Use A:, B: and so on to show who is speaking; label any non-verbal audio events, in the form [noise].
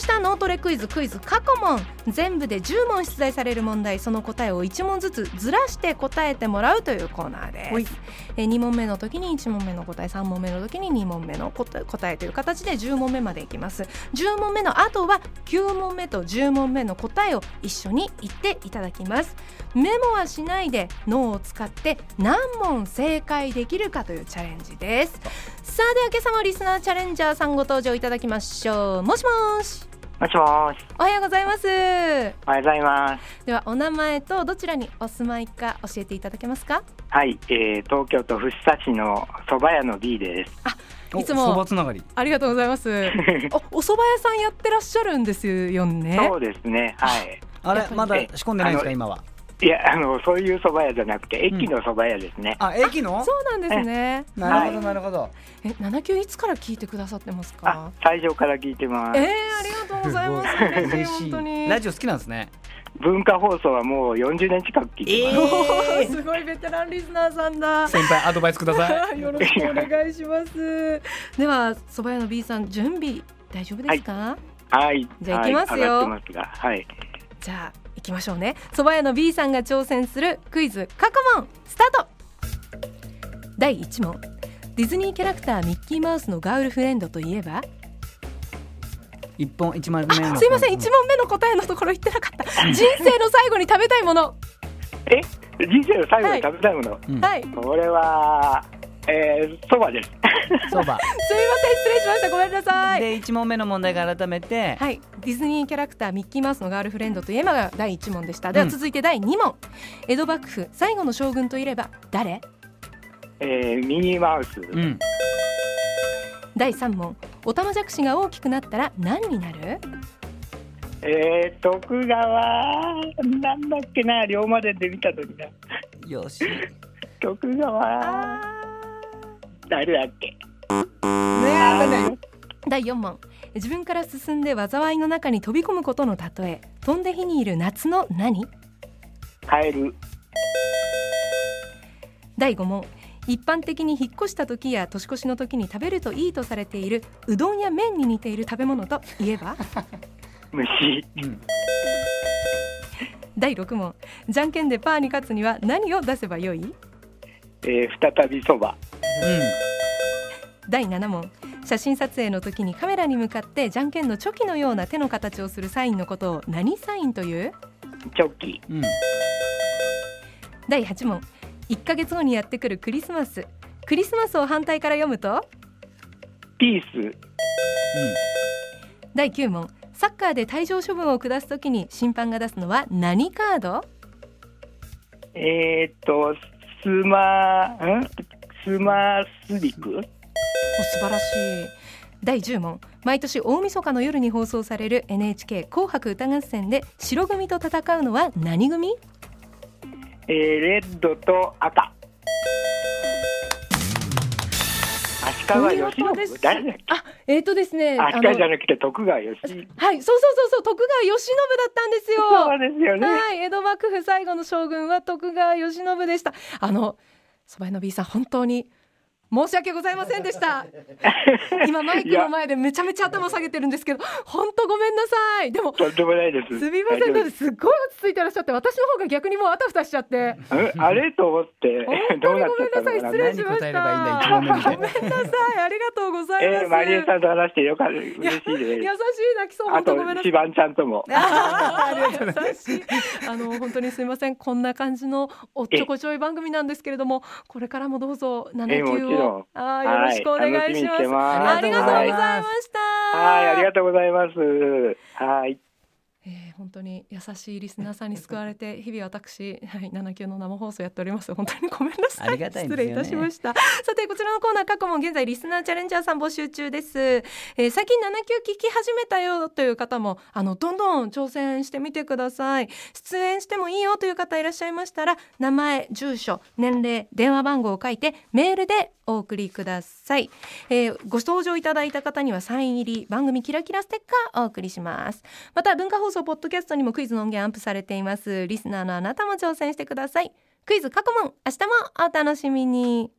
A: した脳トレクイズクイズ過去問全部で10問出題される問題その答えを1問ずつずらして答えてもらうというコーナーです、
B: はい
A: えー2問目の時に1問目の答え3問目の時に2問目の答え答えという形で10問目までいきます10問目の後は9問目と10問目の答えを一緒に言っていただきますメモはしないで脳を使って何問正解できるかというチャレンジですさあでは今朝もリスナーチャレンジャーさんご登場いただきましょうもしもし
B: もしもーし。
A: おはようございますで
B: おはようございます。
A: はお名前とどちらにお住まいか教えていただけますか
B: はい、えー、東京都福生市の蕎麦屋の B です。
A: いつも
C: そばつながり
A: ありがとうございます [laughs] おお蕎麦屋さんやってらっしゃるんですよね
B: そうですね。はい。
A: や
C: あ
A: っ
C: れ
A: ぱり
C: まだ仕込んでないんです
B: あの
C: か今はい
B: や、あの、そういう蕎麦屋じゃなくて、
C: うん
B: 駅の蕎麦屋ですね。
C: あ駅の
A: そうなんですね
C: なるほ
B: は
C: ど
B: い
C: なるほど
A: え、七級いつから聞いてくださってます
B: あ
A: か、
B: 最初から聞いてま
A: えー、あ
B: す。
A: りがとうございます嬉しい本当に
C: ラジオ好きなんですね
B: 文化放送はもう40年近く聞いてます。
A: おーすごいベテランリスナーさんだ。
C: [laughs] 先輩アドバイスください
A: よろしくお願いします。では、蕎麦屋の B さん、準備大丈夫ですか、
B: はい。
A: じゃあ行きますよ
B: はい、上がってますが、はい。
A: じゃあ、行きましょうね。蕎麦屋の B さんが挑戦するクイズ過去問、スタート第1問。ディズニーキャラクターミッキーマウスのガールフレンドといえば
C: 一本一枚目
A: あ
C: の
A: すいません1問目の答えのところ言ってなかった人生の最後に食べたいもの
B: え、人生の最後に食べたいもの。
C: うん
A: はい
B: これは、えー、蕎麦です。 [laughs]
C: そ
A: すいませ
C: ば
A: ん失礼しましたごめんなさい
C: で一問目の問題が改めて
A: はい、ディズニーキャラクターミッキーマウスのガールフレンドといえばが第1問でしたでは
C: うん
A: 続いて第2問、江戸幕府最後の将軍といえば誰
B: えー、ミニーマウス。
C: うん
A: 第3問おたまじゃくしが大きくなったら何になる
B: えー、徳川、なんだっけな、龍馬伝で見たときな。
C: よし
B: 徳川、誰だっけ。
A: 第4問自分から進んで災いの中に飛び込むことの例え飛んで火にいる夏の何
B: カエル、
A: 第5問一般的に引っ越した時や年越しの時に食べるといいとされているうどんや麺に似ている食べ物といえば
B: 虫、
C: うん
A: 第6問じゃんけんでパーに勝つには何を出せばよい
B: えー、再びそば。
A: 第7問写真撮影の時にカメラに向かってじゃんけんのチョキのような手の形をするサインのことを何サインという
B: チョキ、
C: うんうん
A: 第8問1ヶ月後にやってくるクリスマスクリスマスを反対から読むと
B: ピース、
A: 第9問サッカーで退場処分を下す時に審判が出すのは何カード
B: えー、っと、スマ、んスマスリク、
A: お素晴らしい第10問毎年大晦日の夜に放送される NHK 紅白歌合戦で白組と戦うのは何組
B: えー、レッドと赤。足利義
A: お見事です
B: 信、誰だっけ。
A: あ、えーとですね
B: 足利じゃなくて徳川義信。
A: はい、そうそうそうそう、徳川慶喜だったんですよ。
B: そうですよね。
A: はい、江戸幕府最後の将軍は徳川慶喜でした。あの、蕎麦屋の B さん、本当に。申し訳ございませんで
B: [laughs]
A: した。今マイクの前でめちゃめちゃ頭下げてるんですけど、本当ごめんなさい。でも。
B: とんでもないです。
A: すみません、
B: 大丈
A: で
B: 夫
A: も
B: です
A: っごい落ち着いてらっしゃって、私の方が逆にもうあたふたしちゃって。
B: うんあれと思って
A: 本当、に
B: どうなっちゃったの
A: ご
B: か
A: めんなさい
B: な。
C: 何答えればいいんだ一問目
A: ごめんな
C: で
A: さい、ありがとうございます。
B: えー、マリエさんと話してよかった。嬉しい
A: や優しい
B: です。
A: 泣きそう、
B: あ
A: 本当
B: と
A: ごめんな、さ
B: シ
A: い。
B: バンちゃんとも。
A: 優しいあの本当にすみませんこんな感じのおっちょこちょい番組なんですけれどもこれからもどうぞ
B: ええ
A: 7
B: も
A: 級
B: ちろ
A: を
B: ん
A: あーよ
B: は
A: ろしくお願
B: 楽
A: い
B: し
A: し
B: みに
A: ま
B: し
A: す
B: てます。
A: あ
C: あ
A: り
C: り
A: がと
C: がと
A: うご
C: うご
A: ざ
C: ざ
A: い
C: い
A: ま
C: ます
A: した
B: はい、ありがとうございます。はい。
A: えー本当に優しいリスナーさんに救われて [laughs] 日々私、はい、7級の生放送やっております本当にごめんなさい
C: ありがたい
A: 失
C: ですよね
A: 礼いたしましたさてこちらのコーナー過去も現在リスナーチャレンジャーさん募集中です、えー最近7級聞き始めたよという方もあのどんどん挑戦してみてください出演してもいいよという方いらっしゃいましたら名前住所年齢電話番号を書いてメールでお送りください、えーご登場いただいた方にはサイン入り番組キラキラステッカーをお送りしますまた文化放送ポッドキャストにもクイズの音源アップされていますリスナーのあなたも挑戦してくださいクイズ過去問明日もお楽しみに